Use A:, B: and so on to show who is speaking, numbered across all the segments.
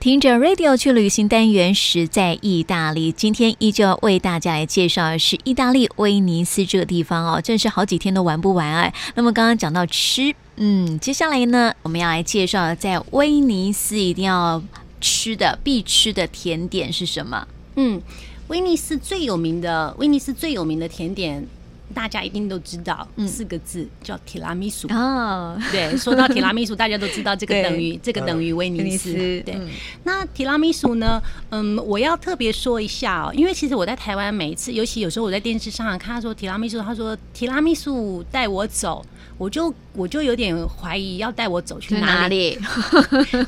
A: 听着 Radio 去旅行单元时在意大利，今天依旧为大家来介绍的是意大利威尼斯这个地方哦，真是好几天都玩不完哎。那么刚刚讲到吃，嗯，接下来呢，我们要来介绍在威尼斯一定要吃的必吃的甜点是什么？
B: 嗯，威尼斯最有名的威尼斯最有名的甜点，大家一定都知道，四个字叫提拉米苏。
A: 哦，
B: 对，说到提拉米苏，大家都知道这个
A: 对
B: 等于这个等于威尼斯。
A: 威尼斯
B: 对，
A: 嗯
B: 那提拉米苏呢？嗯，我要特别说一下哦，因为其实我在台湾每一次，尤其有时候我在电视上看他说提拉米苏，他说提拉米苏带我走，我就我就有点怀疑要带我走去
A: 去
B: 哪
A: 哪
B: 里？
A: 里？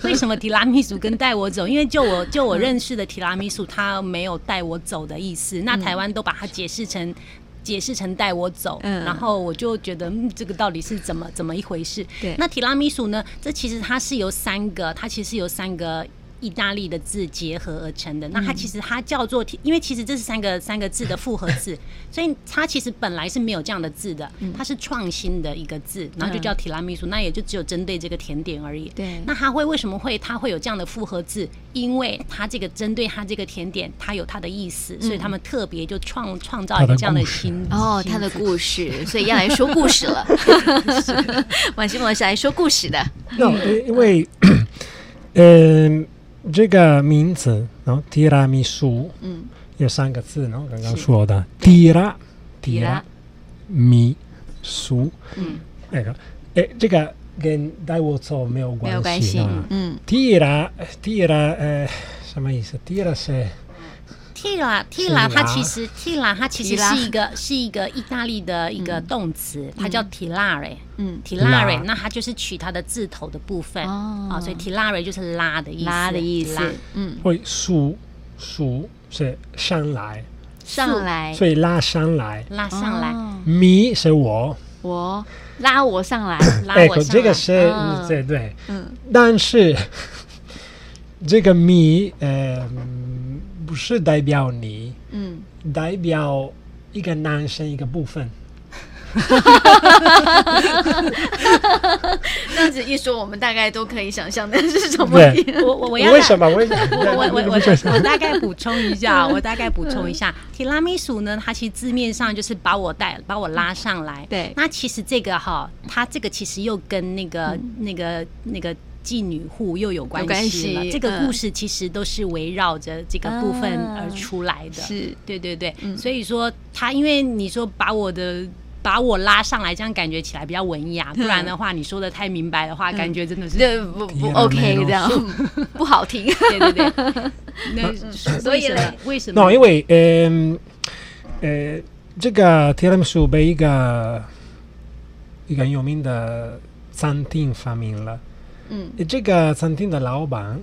B: 为什么提拉米苏跟带我走？因为 就我就我认识的提拉米苏，它没有带我走的意思。
A: 嗯
B: 那台湾都把它解释成。解释成带我走，
A: 嗯
B: 然后我就觉得、嗯、这个到底是怎么怎么一回事？
A: 对
B: 那提拉米苏呢？这其实它是由三个，它其实由三个意大利的字结合而成的。那
A: 嗯
B: 它其实它叫做提，因为其实这是三个三个字的复合
A: 嗯
B: 字，所以它其实本来是没有这样的字的，它是创新的一个字，然后就叫
A: 嗯
B: 提拉米苏。那也就只有针对这个甜点而已。
A: 对
B: 那它会为什么会它会有这样的复合字？因为它这个针对它这个甜点，它有它的意思，所以他们特别就创创造一个这样的新
A: 哦，嗯
B: 新
A: 他的
B: 字
A: 故事，所以要来说故 事了。 婉欣老师来说故事的，
C: 那、因为，嗯、这个名字，然后提拉米苏
A: 嗯，
C: 有三个字，然后刚刚说的提拉提拉米苏，
B: 嗯，
C: 那个，哎，这个跟带我走没有
A: 没有关
C: 关系
A: 系
C: 啊。，
A: 嗯，
C: 提拉提拉，呃，什么意思？提拉是
B: t i
A: 啊
B: r a t i r a
C: 提拉
B: 它其实 t i r a 它其实
A: 提拉
B: 是一个是一个意大利的一个动词，它叫 t i l a r e
A: 嗯
B: t i l a r e
C: 拉
B: 那它就是取它的字头的部分
A: 哦
B: 啊，所以 t i l a r e 就是拉的意思，
A: 拉的意思
B: 拉，
A: 嗯，
C: 会苏苏是上来，
A: 上来，
C: 所以拉上来。
B: 拉上来，
A: 哦
C: 米是我，
A: 我拉我上来，
B: 拉
C: 哎，
B: 我上来，
C: 这个是
A: 嗯
C: 对对，
A: 嗯，
C: 但是 这个米，呃，嗯不是代表你，
A: 嗯，
C: 代表一个男生一个部分。
A: 这样子一说，我们大概都可以想象的是什么
C: 对
A: 点。
B: 我我我要
C: 为
B: 让
C: 什么？为什么？
B: 我我我
C: 你
B: 我
C: 不觉得
B: 我大概补充 一下，我大概补充一下，提拉米苏呢，它其实字面上就是把我带把我拉上来。
A: 对
B: 那其实这个哈，它这个其实又跟那个、
A: 嗯
B: 那个那个。妓女户又有关系了
A: 有关系
B: 这个故事其实都是围绕着这个部分
A: 嗯
B: 而出来的。
A: 是，嗯
B: 对对对，所以说他因为你说把我的把我拉上来，这样感觉起来比较文雅，不然的话你说的太明白
A: 嗯
B: 的话，感觉真的是
A: 这不不
C: 天哪
A: OK
C: 没有
A: 这 样，不好听。
B: 对对 对，那
A: 所以
B: 为什
A: 嘞
B: 么为什么？
C: 那因为，嗯，呃，这个提拉米苏被一个一个有名的餐厅发明了。
A: 嗯，
C: 这个餐厅的老板，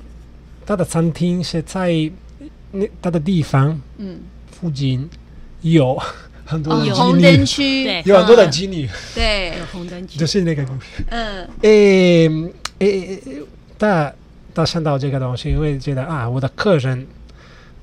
C: 他的餐厅是在那他的地方
A: 嗯，
C: 附近有很多的
A: 哦，
C: 妓
A: 红
C: 女，
A: 灯区，嗯哦
B: 对
C: 嗯有很多的妓女，
A: 对
B: 有，红灯区
C: 就，是那个故事。
A: 嗯，
C: 诶诶，诶他他想到这个东西，因为觉得啊，我的客人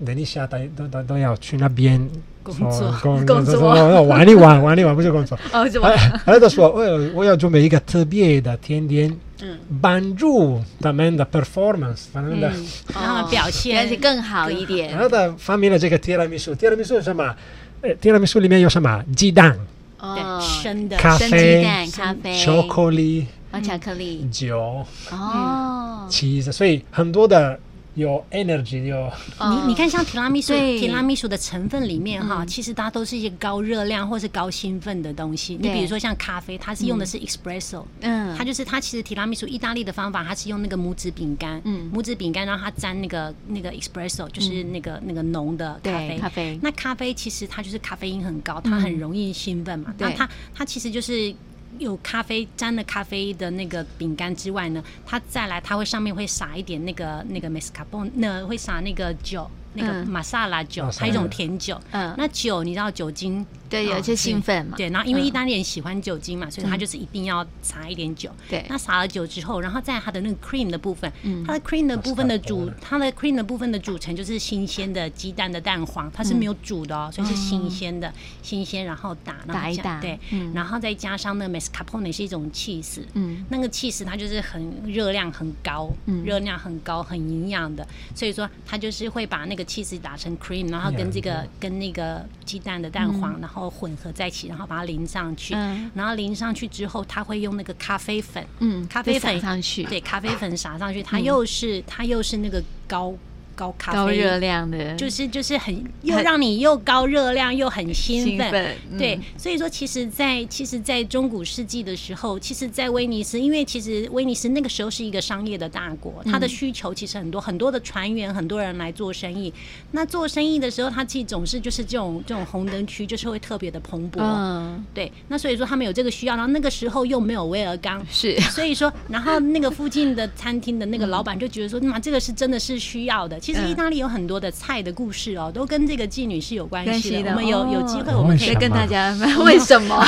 C: 等一下都都都都要去那边
B: 工作
C: 说工
A: 工作
C: 说说玩一玩，玩一玩不是工作。
A: 哦，怎么
C: 哎，然后他说，我有我要准备一个特别的甜点，
B: 嗯，
C: 帮助他们的 performance，他们的。
B: 嗯，让他们表
A: 哦而
B: 现
A: 且更好一
C: 然
A: 点
C: 后他发明了这个提拉米苏，提拉米苏是什么？呃，提拉米苏里面有什么？鸡蛋、
A: 哦
B: 对，深的，
C: 咖
A: 生鸡
C: 啡、
A: 蛋、咖啡、
C: 巧克力、
A: 啊巧克力，
C: 酒、
A: 哦，
C: cheese，所以很多的有 energy，有
A: 哦
B: 你你看，像提拉米苏，
A: 对
B: 提拉米苏的成分里面哈，其实它都是一些高热量或是高兴奋的东西。你
A: 对
B: 比如说像咖啡，它是用的是 espresso，
A: 嗯，
B: 它就是它其实提拉米苏意大利的方法，它是用那个拇指饼干，
A: 嗯
B: 拇指饼干，然后它沾那个那个 espresso，就是那个那个浓的咖
A: 对
B: 啡，
A: 咖啡嗯
B: 那咖啡其实它就是咖啡因很高，它很容易兴奋嘛。
A: 对
B: 那它它其实就是。有咖啡沾了咖啡的那个饼干之外呢，它再来它会上面会撒一点那个那个 mascarpone，那会撒那个酒，那个
A: 嗯
B: 马萨拉酒，
C: 马萨拉
B: 它一种甜酒。
A: 嗯
B: 那酒你知道酒精
A: 对，有一些
B: 对
A: 兴奋嘛，
B: 对，然后因为
A: 嗯
B: 意大利人喜欢酒精嘛，所以他就是一定要撒一点酒。
A: 对
B: 那撒了酒之后，然后在它的那个 cream 的部分，
A: 嗯
B: 它的 cream 的部分的组
C: Mascarpone，
B: 它的 cream 的部分的组成就是新鲜的鸡蛋的蛋黄，它是没有煮的哦，所以是新鲜的，新鲜然后打，然后
A: 嗯打一
B: 加
A: 打
B: 对
A: 嗯，
B: 然后再加上那 mascarpone 是一种 cheese，
A: 嗯
B: 那个气势它就是很热量很高，
A: 嗯
B: 热量很高，很营养的，所以说它就是会把那个气势打成 cream，然后跟这个、
C: Yeah.
B: 跟那个鸡蛋的蛋黄，然后混合在一起，然后把它淋上去，
A: 嗯
B: 然后淋上去之后，它会用那个咖啡粉，
A: 嗯，
B: 咖啡
A: 就撒
B: 粉
A: 上去，嗯
B: 对，咖啡粉撒上去，它又是、它又是那个高高咖啡
A: 高热量的，
B: 就是就是很又让你又高热量又很兴奋，
A: 嗯兴奋嗯
B: 对，所以说其实在，其实，在中古世纪的时候，其实，在威尼斯，因为其实威尼斯那个时候是一个商业的大国，它的
A: 嗯
B: 需求其实很多，很多的船员，很多人来做生意。那做生意的时候，它其实总是就是这种这种红灯区，就是会特别的蓬勃。
A: 嗯
B: 对，那所以说他们有这个需要，然后那个时候又没有威尔刚，
A: 是
B: 所以说，然后那个附近的餐厅的那个老板就觉得说，那、这个是真的是需要的。其实
A: 嗯
B: 意大利有很多的菜的故事哦，都跟这个妓女是有关
A: 关
B: 系的。
A: 系的
B: 我们有、
A: 哦
B: 有机会，我们可
A: 再
B: 以
A: 跟大家为什 么？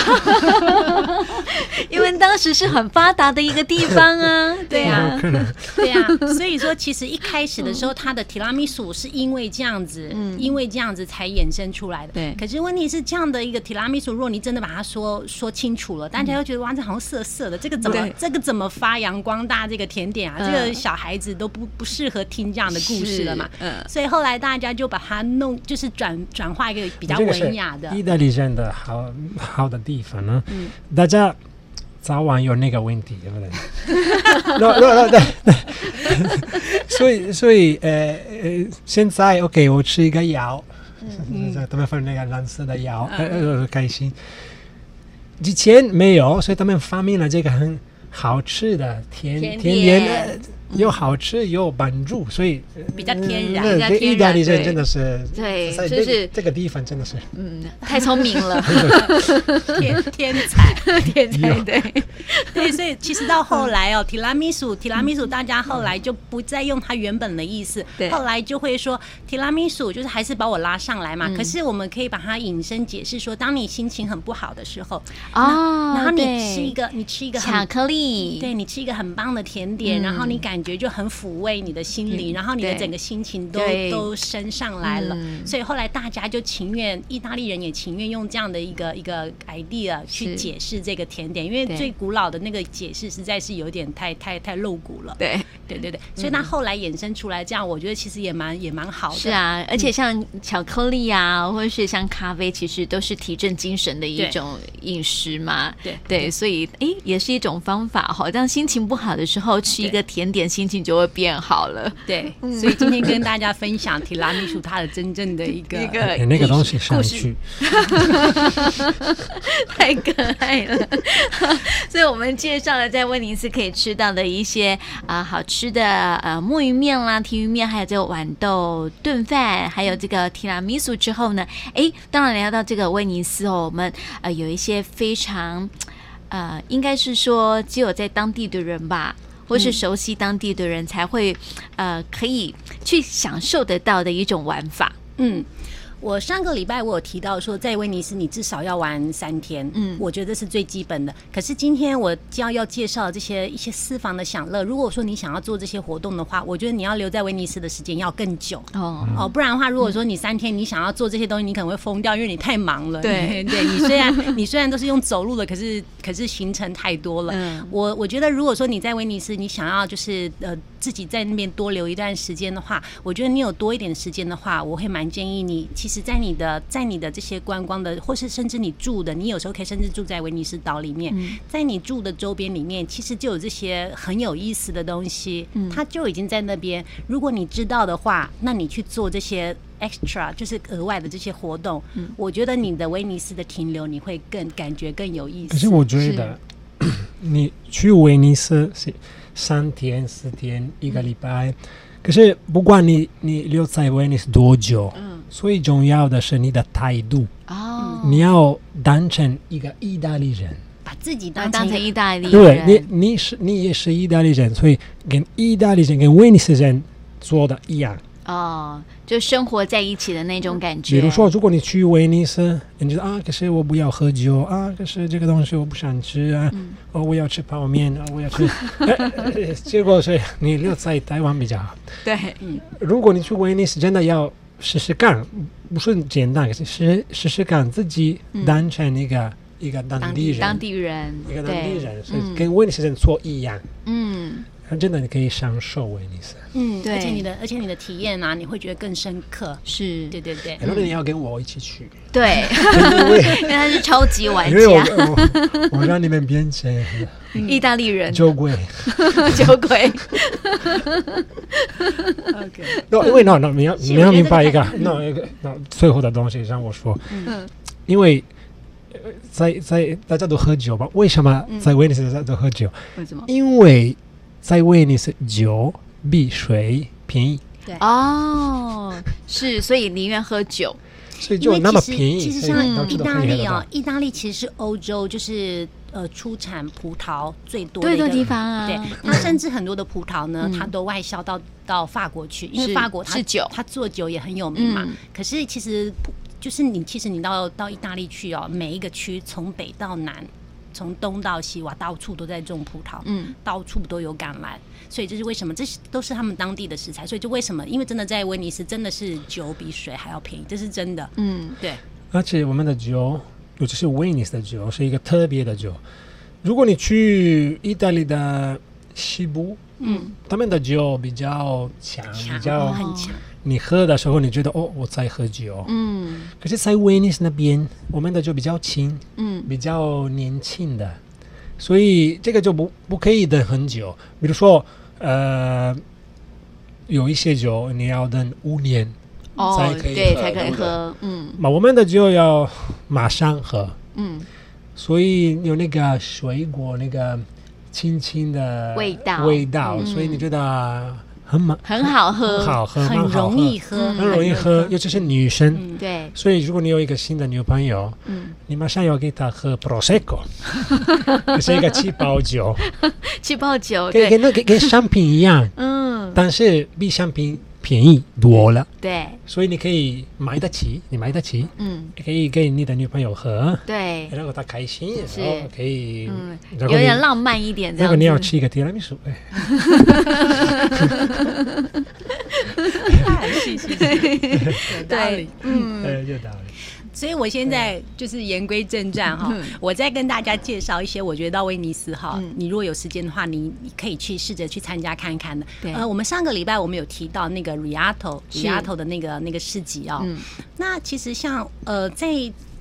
A: 因为当时是很发达的一个地方 啊，对 啊，
B: 对啊，所以说其实一开始的时
A: 嗯
B: 候，它的提拉米苏是因为这样子，因为这样子才衍生出来的。
A: 对
B: 可是问题是，这样的一个提拉米苏，如果你真的把它说说清楚了，大家又觉得哇，这好像涩涩的，这个怎么
A: 对
B: 这个怎么发扬光大这个甜点啊？
A: 嗯
B: 这个小孩子都不不适合听这样的故事了嘛
A: 是。嗯
B: 所以后来大家就把它弄，就是转转化一个比较
C: 这个是
B: 文雅的。
C: 意大利人的好好的地方呢，大家早晚有那个问题，对不对？no no no no，所以所以呃呃，现在 OK，我吃一个药，他们放那个蓝色的药，呃呃，开心。之前没有，所以他们发明了这个很好吃的甜
A: 甜
C: 点，
A: 点
C: 呃又好吃又帮助，所以呃
B: 比较天然
C: 那
A: 比较
C: 这
A: 天
C: 意大
A: 然
C: 利人
A: 对
C: 真的是
A: 对
C: 在
A: 就
C: 这个
A: 是
C: 这个地方真的是。
A: 嗯，太聪明 了，
B: 天天才。
A: 天才对，
B: 对，所以其实到
A: 嗯
B: 后来哦，提拉米苏，提拉米苏，大家后来就不再用它原本的意思
A: 对，
B: 后来就会说提拉米苏就是还是把我拉上来
A: 嗯
B: 嘛。可是我们可以把它引申解释说，当你心情很不好的时候，
A: 哦，
B: 然后你
A: 对
B: 吃一个，你吃一个很
A: 巧克力，
B: 对你吃一个很棒的甜点，然后你感觉就很抚慰你的心灵，然后你的
A: 嗯对
B: 整个心情都
A: 对
B: 都升上来了。
A: 嗯
B: 所以后来大家就情愿，意大利人也情愿用这样的一个一个 idea 去
A: 是
B: 解释这个甜点，因为
A: 对
B: 最古老的那个解释实在是有点太太太露骨了。
A: 对。
B: 对对对，
A: 嗯
B: 所以它后来衍生出来这样，我觉得其实也蛮也蛮好的。
A: 是啊，而且像巧克力啊，或者是像咖啡，其实都是提振精神的一
B: 对
A: 种饮食嘛。
B: 对
A: 对，所以诶，也是一种方法哈。当心情不好的时候，吃一个甜点，心情就会变好了。
B: 对，所以今天跟大家分享提拉米苏它的真正的一 个
A: 一个
C: 哎那个东
A: 呃故
C: 西
A: 事
C: 上
A: 故事
C: 去，
A: 太可爱了。 所以我们介绍了在威尼斯可以吃到的一些啊、呃好吃的呃墨鱼面啦、提鱼面，还有这个豌豆炖饭，还有这个提拉米苏之后呢，诶，当然聊到这个威尼斯哦，我们呃有一些非常呃，应该是说只有在当地的人吧。或是熟悉当地的人才会，呃，可以去享受得到的一种玩法。
B: 嗯，我上个礼拜我有提到说，在威尼斯你至少要玩三天，
A: 嗯
B: 嗯，我觉得是最基本的。可是今天我将要介绍这些一些私房的享乐，如果说你想要做这些活动的话，我觉得你要留在威尼斯的时间要更久。
A: 哦，
B: 哦，不然的话，如果说你三天你想要做这些东西，你可能会疯掉，因为你太忙了。
A: 对
B: 对你虽然你虽然都是用走路的，可是可是行程太多了。
A: 嗯
B: 我我觉得，如果说你在威尼斯，你想要就是呃自己在那边多留一段时间的话，我觉得你有多一点时间的话，我会蛮建议你，其实，在你的在你的这些观光的，或是甚至你住的，你有时候可以甚至住在威尼斯岛里面，在你住的周边里面，其实就有这些很有意思的东西，它就已经在那边。如果你知道的话，那你去做这些 extra，就是额外的这些活动，我觉得你的威尼斯的停留，你会更感觉更有意
C: 可是
B: 思。
C: 我觉得 你去威尼斯是三天四天一个礼拜，可是不管你你留在威尼斯多久，
A: 嗯，
C: 最重要的是你的态度，
A: 哦，
C: 你要当成一个意大利人。
B: 把自己
A: 把它
B: 当
A: 当
B: 成
A: 成
B: 一
A: 意大利
C: 对
A: 人
C: 你，你是你也是意大利人，所以跟意大利人跟威尼斯人做的一样，
A: 哦，就生活在一起的那种感觉。
C: 比如说，如果你去威尼斯，你知道啊，可是我不要喝酒啊，可是这个东西我不想吃啊，
A: 嗯
C: 哦，我要吃泡面啊，我 要吃。哎哎结果是你留在台湾比较好。
A: 对，
C: 如果你去威尼斯，真的要试试看，不是简单，可是试试试看自己当成一个、一个当地人，
A: 嗯当地人，
C: 一个
A: 对，
C: 当地人，所以
A: 嗯
C: 跟威尼斯人做一样，
A: 嗯，
C: 真的你可以享受威尼斯。
B: 嗯，
A: 对
B: 而且你的而且你的体验啊，你会觉得更深刻。
A: 是
B: 对对对，
C: 很多人哎要跟我一 起去，
A: 对，
C: 因为
A: 因为他是超级玩
C: 因为我
A: 家，
C: 我我让你们变 成
A: 意大利人，
C: 酒鬼。
A: 酒鬼，
C: 那因为那那你要
B: 是
C: 你要
B: 嗯我觉得
C: 明白一个 嗯
B: 看，
C: 那一个那最后的东西让我说，
B: 嗯
C: 因为呃在在大家都喝酒吧？为什
B: 嗯
C: 么在威尼斯大家都喝酒？
A: 为什么？
C: 因为在威尼斯酒比水便宜，
A: 哦，是，所以宁愿喝酒，
C: 所以
B: 因
C: 就
B: 为
C: 那么
B: 其实
C: 便宜。
B: 其实
C: 所以
B: 像
C: 到处
B: 意
C: 都
B: 大
C: 可以喝
B: 利
C: 得
B: 啊
C: 到，
B: 意大利其实是欧洲就是呃出产葡萄最多的
A: 对
B: 一
A: 的
B: 个
A: 地方啊，
B: 对，它甚至很多的葡萄呢，
A: 嗯
B: 它都外销到到法国去，因
A: 是
B: 为法国它
A: 是酒
B: 它做酒也很有名嘛
A: 嗯。
B: 可是其实葡就是你，其实你到到意大利去哦，每一个区从北到南，从东到西，哇，到处都在种葡萄，
A: 嗯，
B: 到处都有橄榄，所以这是为什么，这是都是他们当地的食材，所以就为什么，因为真的在威尼斯真的是酒比水还要便宜，这是真
C: 啊
B: 的。
A: 嗯，
B: 对，
C: 而且我们的酒，尤其是威尼斯的酒，是一个特别的酒。如果你去意大利的西部，
B: 嗯，
C: 他们的酒比较强，比较
B: 强哦很强，
C: 你喝的时候，你觉得哦，我在喝酒。
A: 嗯，
C: 可是，在威尼斯那边，我们的就比较轻，
A: 嗯，
C: 比较年轻的，所以这个就不不可以等很久。比如说，呃，有一些酒你要等五年，
A: 哦
C: 才，可以
A: 对，
D: 喝
A: 才可以
D: 对不对
A: 喝，嗯，
C: 嘛，我们的就要马上喝，
A: 嗯，
C: 所以有那个水果那个清清的
A: 味道
C: 味道，
A: 嗯
C: 所以你觉得很满，
A: 很好喝，
C: 很好喝，
B: 很
C: 蛮好
B: 容
C: 喝
B: 易，喝，
A: 嗯
C: 很容易喝，尤其是女生。
B: 嗯
A: 对，
C: 所以，如果你有一个新的女朋友，
A: 嗯，
C: 你马上要给她喝 prosecco，这是一个气泡酒，
A: 气泡酒，
C: 跟
A: 对，
C: 跟那个跟香槟一样，
A: 嗯，
C: 但是比香槟便宜多了，
A: 对，
C: 所以你可以买得起，你买得起，
A: 嗯，
C: 可以给你的女朋友喝，
A: 对，
C: 然后她开心，
A: 是
C: 然后可以，
A: 嗯，
C: 然
A: 有
C: 后你
A: 点浪漫一点，这
C: 那个
A: 样
C: 你要
A: 子，
C: 吃一个提拉米苏，哎，
B: 谢 谢，有道理
A: 对，嗯，
C: 呃，有道理。
B: 所以我现在就是言归正传哈，
A: 嗯
B: 我再跟大家介绍一些我觉得到威尼斯哈，你如果有时间的话，你你可以去试着去参加看看的。
A: 对
B: 呃，我们上个礼拜我们有提到那个 Rialto
A: 是
B: Rialto 的那个那个市集哦，
A: 嗯
B: 那其实像呃在。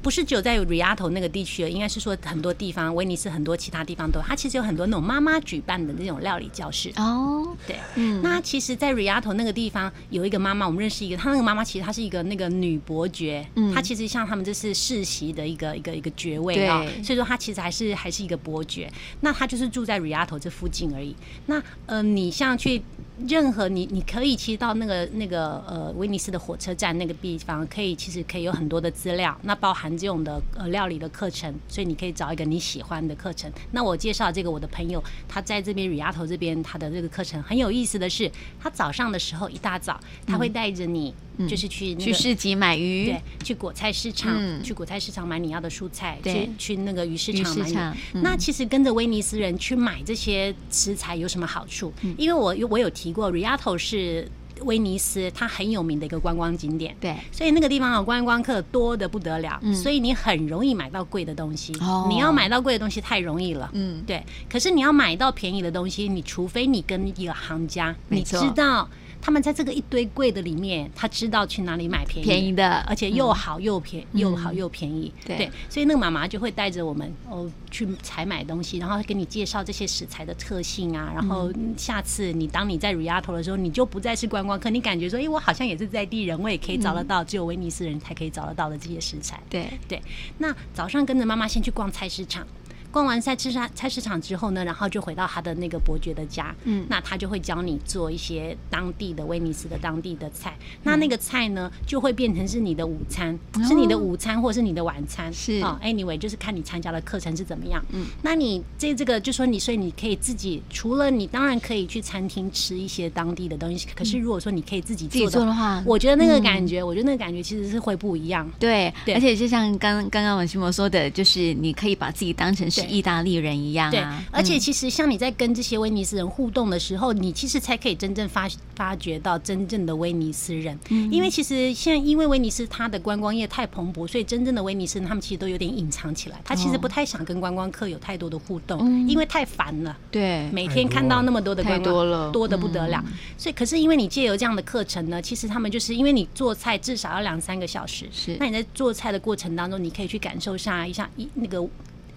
B: 不是只有在 Rialto 那个地区，应该是说很多地方，威尼斯很多其他地方都有，它其实有很多那种妈妈举办的那种料理教室。
A: 哦，
B: 对，
A: 嗯
B: 那其实，在 Rialto 那个地方有一个妈妈，我们认识一个，她那个妈妈其实她是一个那个女伯爵，
A: 嗯
B: 她其实像他们这是世袭的一个一个一个爵位啊
A: 对，
B: 所以说她其实还是还是一个伯爵。那她就是住在 Rialto 这附近而已。那呃，你像去任何你你可以其实到那个那个呃威尼斯的火车站那个地方，可以其实可以有很多的资料，那包含这种的呃料理的课程，所以你可以找一个你喜欢的课程。那我介绍这个我的朋友，他在这边 Rialto 这边他的这个课程很有意思的是，他早上的时候一大早他会带着你、就是去、那
A: 去
B: 个
A: 市集买鱼
B: 对，，去果菜市场，
A: 嗯
B: 去果菜市场买你要的蔬菜，
A: 对
B: 去去那个鱼市
A: 鱼
B: 场
A: 市
B: 买你。
A: 场嗯
B: 那其实跟着威尼斯人去买这些食材有什么好处？
A: 嗯
B: 因为我有我有提过，Rialto 是威尼斯它很有名的一个观光景点。
A: 对，
B: 所以那个地方啊，观光客多的不得了，
A: 嗯
B: 所以你很容易买到贵的东西。
A: 哦
B: 你要买到贵的东西太容易了，
A: 嗯，
B: 对。可是你要买到便宜的东西，你除非你跟一个行家，
A: 没
B: 你
A: 错
B: 知道他们在这个一堆贵的里面，他知道去哪里买便宜的
A: 便宜的，嗯
B: 而且又好又便、又好又便宜，
A: 对
B: 所以那个妈妈就会带着我们哦去采买东西，然后给你介绍这些食材的特性啊，然后下次你当你在 Rialto 的时候，你就不再是观光客，你感觉说，哎，我好像也是在地人，我也可以找得到，只有威尼斯人才可以找得到的这些食材。
A: 对，
B: 对，那早上跟着妈妈先去逛菜市场。逛完菜市场菜市场之后呢，然后就回到他的那个伯爵的家，
A: 嗯
B: 那他就会教你做一些当地的威尼斯的当地的菜，
A: 嗯
B: 那那个菜呢就会变成是你的午餐，是你的午餐或是你的晚餐，
A: 哦是
B: 啊、a n y w a y 就是看你参加的课程是怎么样，嗯，那你这这个就说你，所以你可以自己除了你当然可以去餐厅吃一些当地的东西，可是如果说你可以自己
A: 嗯自己
B: 做
A: 做
B: 的
A: 的话，嗯
B: 我觉得那个感觉，我觉得那个感觉其实是会不一样。
A: 对，
B: 对
A: 而且就像刚刚刚王心博说的，就是你可以把自己当成是
B: 对
A: 意大利人一样
B: 对
A: 啊，，
B: 而且其实像你在跟这些威尼斯人互动的时候，你其实才可以真正发发掘到真正的威尼斯人。
A: 嗯
B: 因为其实现在因为威尼斯它的观光业太蓬勃，所以真正的威尼斯人他们其实都有点隐藏起来，他其实不太想跟观光客有太多的互动，因为太烦了。
A: 对
B: 每天看到那么多的
A: 太
B: 观光
A: 多了嗯
B: 多的不得了。所以，可是因为你借由这样的课程呢，其实他们就是因为你做菜至少要两三个小时，
A: 是
B: 那你在做菜的过程当中，你可以去感受下一下一那个。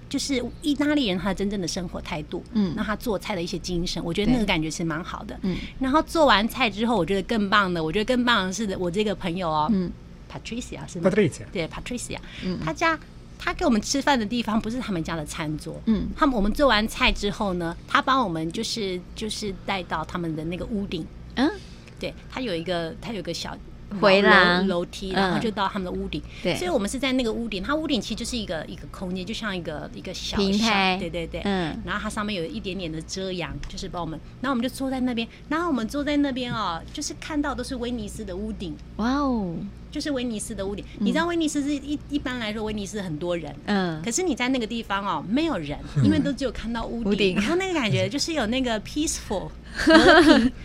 B: 就是意大利人他真正的生活态度，
A: 嗯
B: 那他做菜的一些精神，我觉得那
A: 对
B: 个感觉是蛮好的，
A: 嗯。
B: 然后做完菜之后，我觉得更棒的，我觉得更棒的是我这个朋友哦，
A: 嗯哎
B: ，Patricia 是吗？
C: Patrizia.
B: 对，Patricia，
A: 嗯
B: 他家他给我们吃饭的地方不是他们家的餐桌，
A: 嗯，
B: 他们我们做完菜之后呢，他帮我们就是就是带到他们的那个屋顶，
A: 嗯，
B: 对他有一个他有一个小。
A: 回
B: 楼
A: 廊
B: 楼梯，
A: 嗯
B: 然后就到他们的屋顶。
A: 对
B: 所以我们是在那个屋顶，它屋顶其实就是一个一个空间，就像一个一个小
A: 平台
B: 小对对对，
A: 嗯
B: 然后它上面有一点点的遮阳，就是把我们，然后我们就坐在那边，然后我们坐在那边哦，就是看到都是威尼斯的屋顶，
A: 哇哦，
B: 就是威尼斯的屋顶。你知道威尼斯是一一般来说威尼斯很多人，
A: 嗯，
B: 可是你在那个地方哦没有人，因为都只有看到屋顶，
A: 屋顶
B: 然后那个感觉就是有那个 peaceful，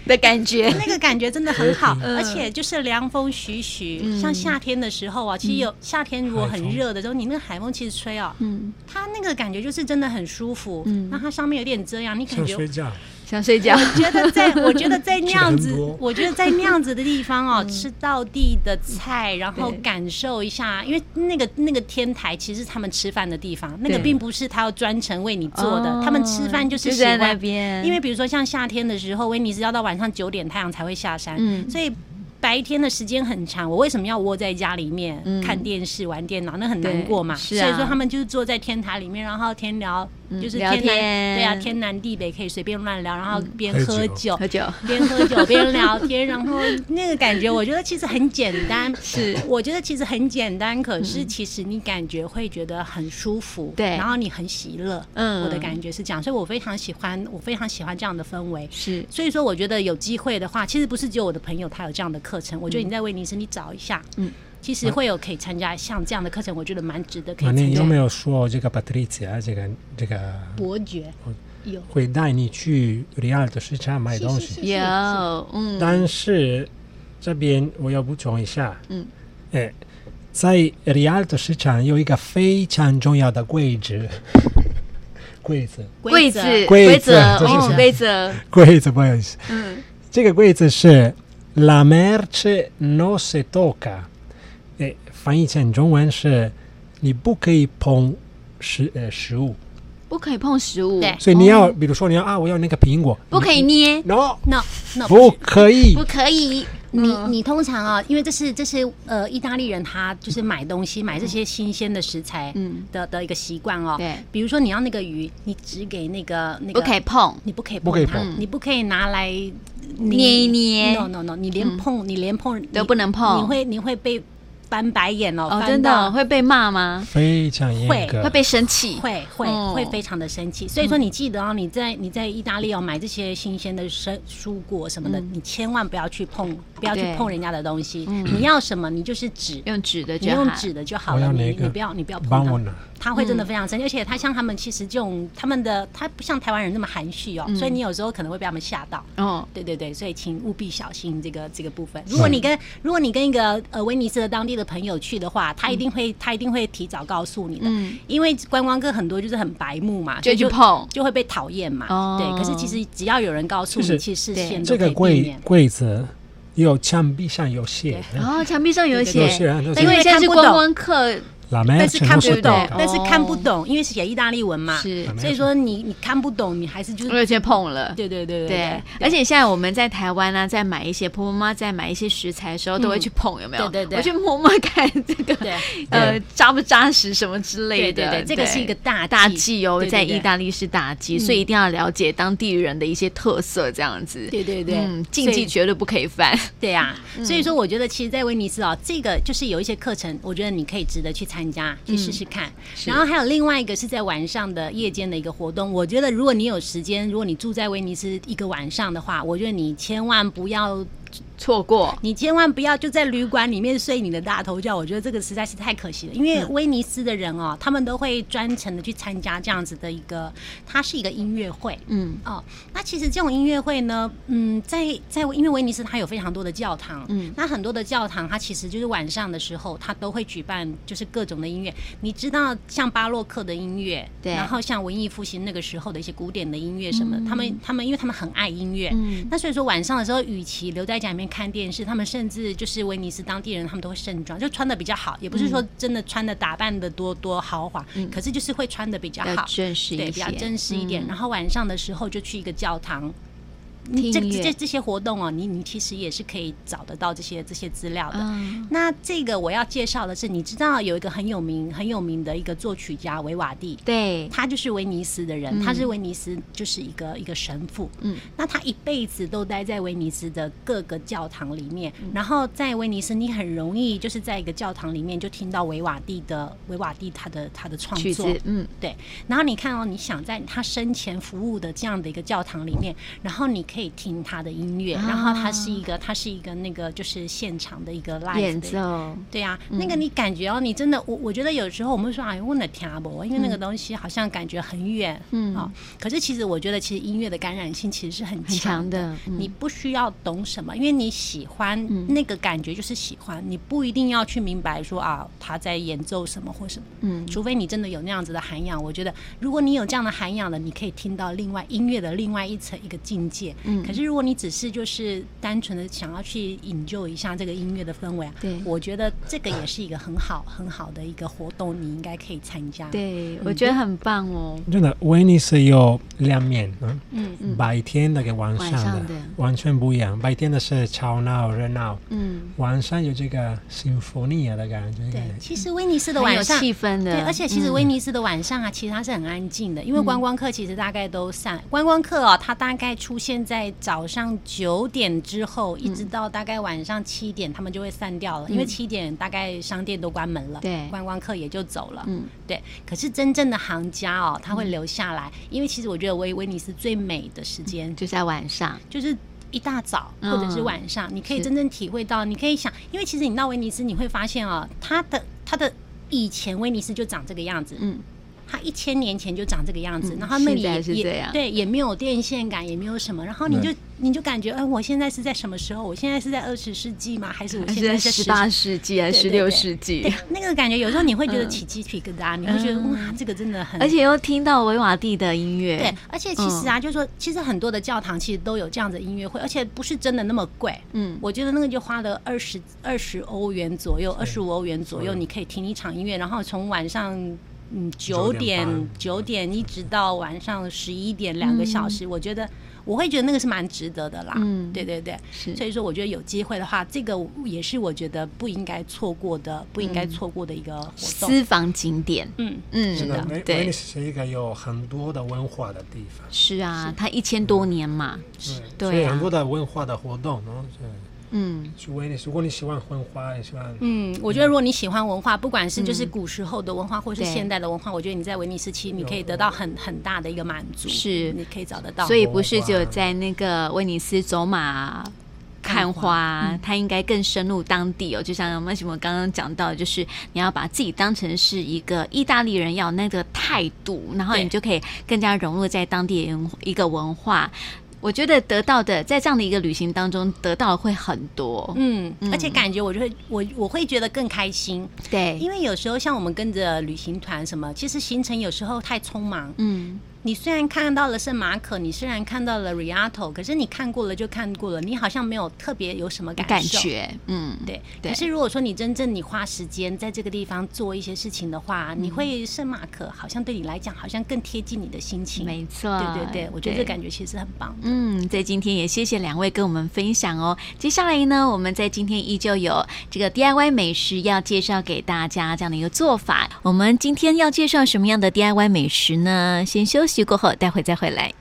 A: 的感觉，
B: 那个感觉真的很好，
C: 和
A: 平
B: 而且就是凉风徐徐，
A: 嗯
B: 像夏天的时候啊，其实有夏天如果
C: 海
B: 很
C: 风
B: 热的时候，你那个海风其实吹哦，
A: 嗯，
B: 它那个感觉就是真的很舒服，
A: 嗯
B: 那它上面有点遮阳，你感
C: 像
B: 觉
C: 睡觉，
A: 想睡觉，
B: 我觉得在，我觉得在那样
C: 吃
B: 子
C: 很多，
B: 我觉得在那样子的地方哦，吃到地的菜，然后
A: 嗯对
B: 感受一下，因为那个那个天台其实是他们吃饭的地方，那个
A: 对
B: 并不是他要专程为你做的
A: 哦，
B: 他们吃饭就是
A: 就
B: 喜
A: 在那
B: 欢。
A: 边，
B: 因为比如说像夏天的时候，威尼斯要到晚上九点太阳才会下山，
A: 嗯
B: 所以。白天的时间很长，我为什么要窝在家里面、
A: 嗯
B: 看电视、玩电脑？那很
A: 对
B: 难过嘛。
A: 是啊
B: 所以说他们就是坐在天台里面，然后天聊，
A: 嗯
B: 就是
A: 聊
B: 天南
A: 天
B: 对啊，天南地北可以随便乱聊，然后边
C: 喝
B: 喝
C: 酒
B: 酒，
A: 嗯喝酒，
B: 边喝酒边聊天，然 后那个感觉，我觉得其实很简单。
A: 是嗯
B: 我觉得其实很简单，可是其实你感觉会觉得很舒服，
A: 对
B: 然后你很喜乐，
A: 嗯
B: 我的感觉是这样，所以我非常喜欢，我非常喜欢这样的氛围。
A: 是
B: 所以说，我觉得有机会的话，其实不是只有我的朋友他有这样的课程，我觉得你在威尼斯你找一下，
A: 嗯，
B: 其实会有可以参加像这样的课程，我觉得蛮值得可
C: 那
B: 以参
C: 你有
B: 加。
C: 没有说这个 Patrizia 这个这个
B: 伯爵有
C: 会带你去 Real 的市场买东
B: 是是
C: 西？
A: 有，嗯，
C: 但是这边我要补充一下，
A: 嗯，
C: 哎，在 Real 的市场有一个非常重要的规 则，规则，
A: 柜子，
C: 柜子这是
A: 哦
C: 什，么
A: 柜子，
C: 规则，不好意思，
A: 嗯，
C: 这个规则是 “la merce no se toca”，哎，翻译成中文是“你不可以碰食呃食物”。
A: 不可以碰食物，哦
B: 对
C: 所以你要，比如说你要啊，我要那个苹果，
A: 不可以捏，
C: ，no，
B: ？No No，
C: 不可以
A: 不，可以，
B: 你
A: 嗯
B: 你通常啊，因为这是这是呃意大利人他就是买东西买这些新鲜的食材
A: 嗯
B: 的的一个习惯哦。
A: 对，
B: 比如说你要那个鱼，你只给那个那
A: 不
B: 个
A: 可以碰，
B: 你不可以
C: 不可
B: 碰
C: 以
B: 它，
C: 碰
B: 你不可以拿来
A: 捏一捏嗯
B: No No No，你连碰你连碰
A: 都
B: 你
A: 不能碰
B: 你会你会被翻白眼哦，
A: 哦，
B: 翻
A: 真的
B: 到
A: 会被骂吗？
C: 非常严格，
B: 会
A: 会被生气，
B: 会会
A: 哦嗯
B: 会非常的生气，所以说你记得哦，你在你在意大利哦买这些新鲜的生蔬果什么的，你千万不要去碰，不要
A: 嗯
B: 去
A: 对嗯
B: 碰人家的东西。你要什么，你就是纸，
A: 用纸的
B: 你
A: 就好，嗯
B: 用纸的就好
C: 我
B: 了。
C: 要
B: 你
C: 哪个
B: 你不要你不要碰
C: 帮我
B: 它，
C: 拿。
B: 他会真的非常生气。而且他像他们其实这种他们的他不像台湾人那么含蓄哦，
A: 嗯
B: 所以你有时候可能会被他们吓到。
A: 哦，
B: 对对对，所以请务必小心这个这个部分。如果你跟如果你跟一个呃威尼斯的当地的朋友去的话，他一定会、他一定会提早告诉你的，
A: 嗯
B: 因为观光客很多就是很白目嘛，
A: 就
B: 所以
A: 去碰
B: 就会被讨厌嘛。
A: 哦
B: 对，可是其实只要有人告诉
C: 就
B: 你，
C: 是
B: 其实
A: 对
B: 视线都
C: 这
B: 可
C: 个
B: 以避
C: 柜
B: 免。
C: 柜子有墙壁上有写，嗯
A: 哦然后墙壁上有
B: 对
A: 写
C: 有，些人就
A: 因
C: 是
A: 为现在是
B: 看不
A: 观
B: 懂嗯
A: 光客
C: La merce
B: 但是看
C: non
B: 不
C: si
B: 懂
C: tocca，
B: 但是看不懂，因为写意大利文嘛，
A: 是
C: 啊没
B: 所以
C: 有
B: 说你你看不懂，你还是就是
A: 而且碰了。
B: 对对对
A: 对，而且现在我们在台湾呢、在买一些婆婆妈妈在买一些食材的时候，都会去碰，有没有？
B: 嗯对对对
A: 我去摸摸看这个
B: 对
A: 呃扎不扎实什么之类
B: 对对
A: 的。
B: 对，这个是一个大
A: 大忌哦，
B: 对对
A: 在
B: 对嗯
A: 意大利是大忌，所以一定要了解当地人的一些特色，这样子。
B: 对对对，
A: 嗯，禁
B: 所
A: 忌
B: 以
A: 绝对不可以犯。
B: 对啊，所以说我觉得其实，在威尼斯啊、这个就是有一些课程，我觉得你可以值得去参加，去试试看。然后还有另外一个是在晚上的夜间的一个活动，我觉得如果你有时间，如果你住在威尼斯一个晚上的话，我觉得你千万不要，
A: 错过
B: 你千万不要就在旅馆里面睡你的大头觉，我觉得这个实在是太可惜了。因为威尼斯的人哦，他们都会专程的去参加这样子的一个，它是一个音乐会，
A: 嗯
B: 哦，那其实这种音乐会呢，嗯，在在因为威尼斯它有非常多的教堂，嗯，那很多的教堂它其实就是晚上的时候，它都会举办就是各种的音乐。你知道像巴洛克的音乐，
A: 对
B: 然后像文艺复兴那个时候的一些古典的音乐什么，他们他们因为他们很爱音乐，
A: 嗯
B: 那所以说晚上的时候，与其留在家里面看电视，他们甚至就是威尼斯当地人，他们都会盛装，就穿的比较好，也不是说
A: 嗯
B: 真的穿的打扮的多多豪华，可是就是会穿的比较
A: 要
B: 好，
A: 正式一
B: 对，比
A: 些，
B: 较真实一点。
A: 嗯
B: 然后晚上的时候就去一个教堂。
A: 听
B: 你这
A: 音乐
B: 这这些活动哦，你你其实也是可以找得到这些这些资料的。
A: 嗯
B: 那这个我要介绍的是，你知道有一个很有名很有名的一个作曲家维瓦蒂，
A: 对，
B: 他就是威尼斯的人，
A: 嗯
B: 他是威尼斯就是一个一个神父。
A: 嗯，
B: 那他一辈子都待在威尼斯的各个教堂里面，
A: 嗯
B: 然后在威尼斯，你很容易就是在一个教堂里面就听到维瓦蒂的维瓦蒂他的他的创
A: 曲
B: 作
A: 子，嗯，
B: 对，然后你看哦，你想在他生前服务的这样的一个教堂里面，然后你可以听他的音乐，
A: 啊
B: 然后它是一个，它是一个那个就是现场的一个 live
A: 演
B: 的一个
A: 奏，嗯
B: 对啊，那个你感觉哦，你真的，我我觉得有时候我们会说哎，问了听不，因为那个东西好像感觉很远，
A: 嗯
B: 啊、可是其实我觉得，其实音乐的感染性其实是很
A: 很强
B: 的，
A: 的，嗯
B: 你不需要懂什么，因为你喜欢、那个感觉就是喜欢，你不一定要去明白说啊他在演奏什么或什么，
A: 嗯
B: 除非你真的有那样子的涵养。我觉得，如果你有这样的涵养了，你可以听到另外音乐的另外一层一个境界。
A: 嗯
B: 可是如果你只是就是单纯的想要去引咎一下这个音乐的氛围啊，
A: 对
B: 我觉得这个也是一个很好很好的一个活动，你应该可以参加。，
A: 对，我觉得很棒哦，
C: 真的威尼斯有两面，嗯，
B: 嗯
C: 白天的跟晚上
A: 晚上
C: 的
A: 的
C: 完全不一样。白天的是吵闹热闹，
A: 嗯，
C: 晚上有这个 symphonia 的感觉。
B: 对。其实威尼斯的
A: 很
B: 晚
A: 有
B: 上。
A: 气氛的，
B: 对，而且其实
A: 嗯
B: 威尼斯的晚上啊，其实它是很安静的，因为观光客其实大概都散。观光客哦，它大概出现在早上九点之后，一直到大概晚上七点，他们就会散掉了，因为七点大概商店都关门了，
A: 嗯对
B: 观光客也就走了。
A: 嗯，
B: 对。可是真正的行家哦，他会留下来，因为其实我觉得威威尼斯最美的时间
A: 就在晚上，
B: 就是一大早
A: 嗯
B: 或者是晚上，你可以
A: 是
B: 真正体会到，你可以想，因为其实你到威尼斯，你会发现啊、它的它的以前威尼斯就长这个样子，
A: 嗯，
B: 它一千年前就长这个样子，
A: 嗯
B: 然后那里
A: 现在
B: 也
A: 是这样
B: 也对，也没有电线杆，也没有什么，然后你就
C: 对
B: 你就感觉，哎、我现在是在什么时候？我现在是在二十世纪吗？还是我
A: 还
B: 现
A: 是
B: 在
A: 在
B: 是
A: 十
B: 世
A: 八世纪还是十
B: 对对
A: 六
B: 对
A: 世纪？
B: 对，那个感觉有时候你会觉得
A: 嗯
B: 起鸡皮疙瘩，你会觉得
A: 嗯
B: 哇，这个真的很
A: 而且又听到维瓦蒂的音乐，
B: 对，而且其实
A: 嗯
B: 啊，就是说，其实很多的教堂其实都有这样的音乐会，而且不是真的那么贵。
A: 嗯
B: 我觉得那个就花了二十二十欧元左右，二十五欧元左右，
A: 嗯
C: 是
B: 你可以听一场音乐，然后从晚上。嗯，九
C: 9
B: 点
C: 点
B: 九点一直到晚上十一点，两个小时，我觉得我会觉得那个是蛮值得的啦。
A: 嗯
B: 对对对，
A: 是
B: 所以说我觉得有机会的话，这个也是我觉得不应该错过的，不应该错过的一个活动。
A: 嗯私房景点，
B: 嗯，
A: 嗯
C: 真的，威，威尼
A: 对，
C: 斯是一个有很多的文化的地方，嗯
A: 是啊，它一千多年嘛，
C: 所以
A: 对
C: 很
A: 啊
C: 多，的文化的活动，然后
A: 嗯，
C: 去威尼斯，如果你喜欢文化，也喜欢
B: 嗯，我觉得如果你喜欢文化，不管是
A: 嗯
B: 就是古时候的文化，或是
A: 对
B: 现代的文化，我觉得你在威尼斯其实你可以得到很很大的一个满足，
A: 是
B: 你可以找得到。
A: 所以不是只有在那个威尼斯走马。看
B: 看
A: 花，它应该更深入当地哦。就像为什么刚刚讲到，就是你要把自己当成是一个意大利人，要有那个态度，然后
B: 对
A: 你就可以更加融入在当地人一个文化。我觉得得到的，在这样的一个旅行当中，得到的会很多。
B: 嗯，而且感觉我就会我我会觉得更开心，
A: 对，
B: 因为有时候像我们跟着旅行团什么，其实行程有时候太匆忙，
A: 嗯，
B: 你虽然看到了圣马可，你虽然看到了 Rialto，可是你看过了就看过了，你好像没有特别有什么感
A: 感
B: 受。
A: 觉，嗯，
B: 对，
A: 对
B: 可是如果说你真正你花时间在这个地方做一些事情的话，
A: 嗯
B: 你会圣马可好像对你来讲好像更贴近你的心情。
A: 没错，
B: 对对对，我觉得这感觉其实很棒。
A: 嗯，在今天也谢谢两位跟我们分享哦。接下来呢，我们在今天依旧有这个 DIY 美食要介绍给大家这样的一个做法。我们今天要介绍什么样的 DIY 美食呢？先休息过后，待会再回来。